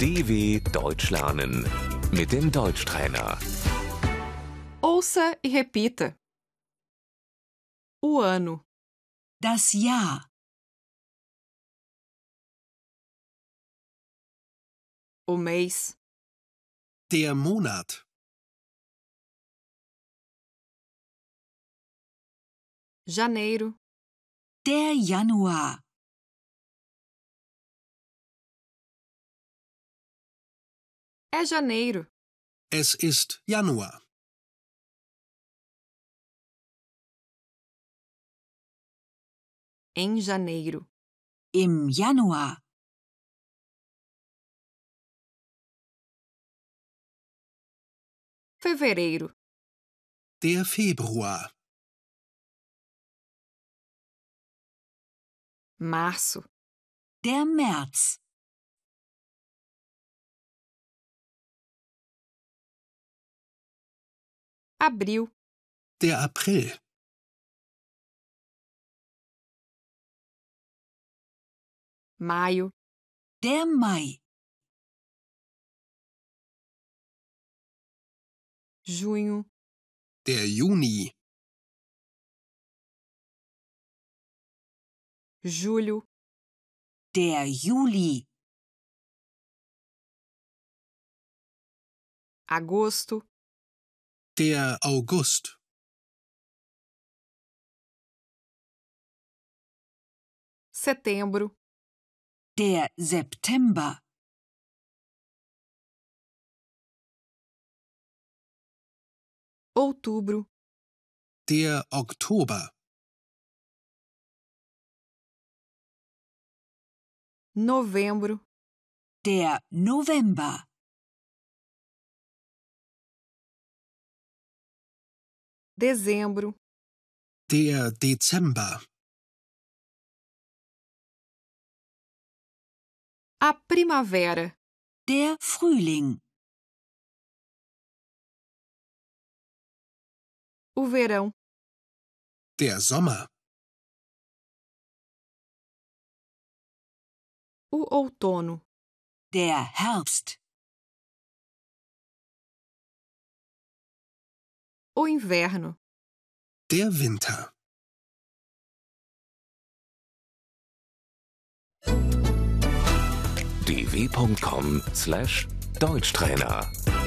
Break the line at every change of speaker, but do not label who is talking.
DW Deutsch lernen mit dem Deutschtrainer.
Ouça e repita. O ano,
Das Jahr,
o mês,
Der Monat,
janeiro,
der Januar,
é janeiro,
es ist Januar,
em janeiro,
im Januar,
fevereiro,
der Februar,
março,
der März,
abril,
der April,
maio,
der Mai,
junho,
der Juni,
julho,
der Juli,
agosto,
der August,
setembro,
der September,
outubro,
der Oktober,
novembro,
der November,
dezembro,
der Dezember,
a primavera,
der Frühling,
o verão,
der Sommer,
o outono,
der Herbst,
o inverno,
der Winter.
dw.com/deutschtrainer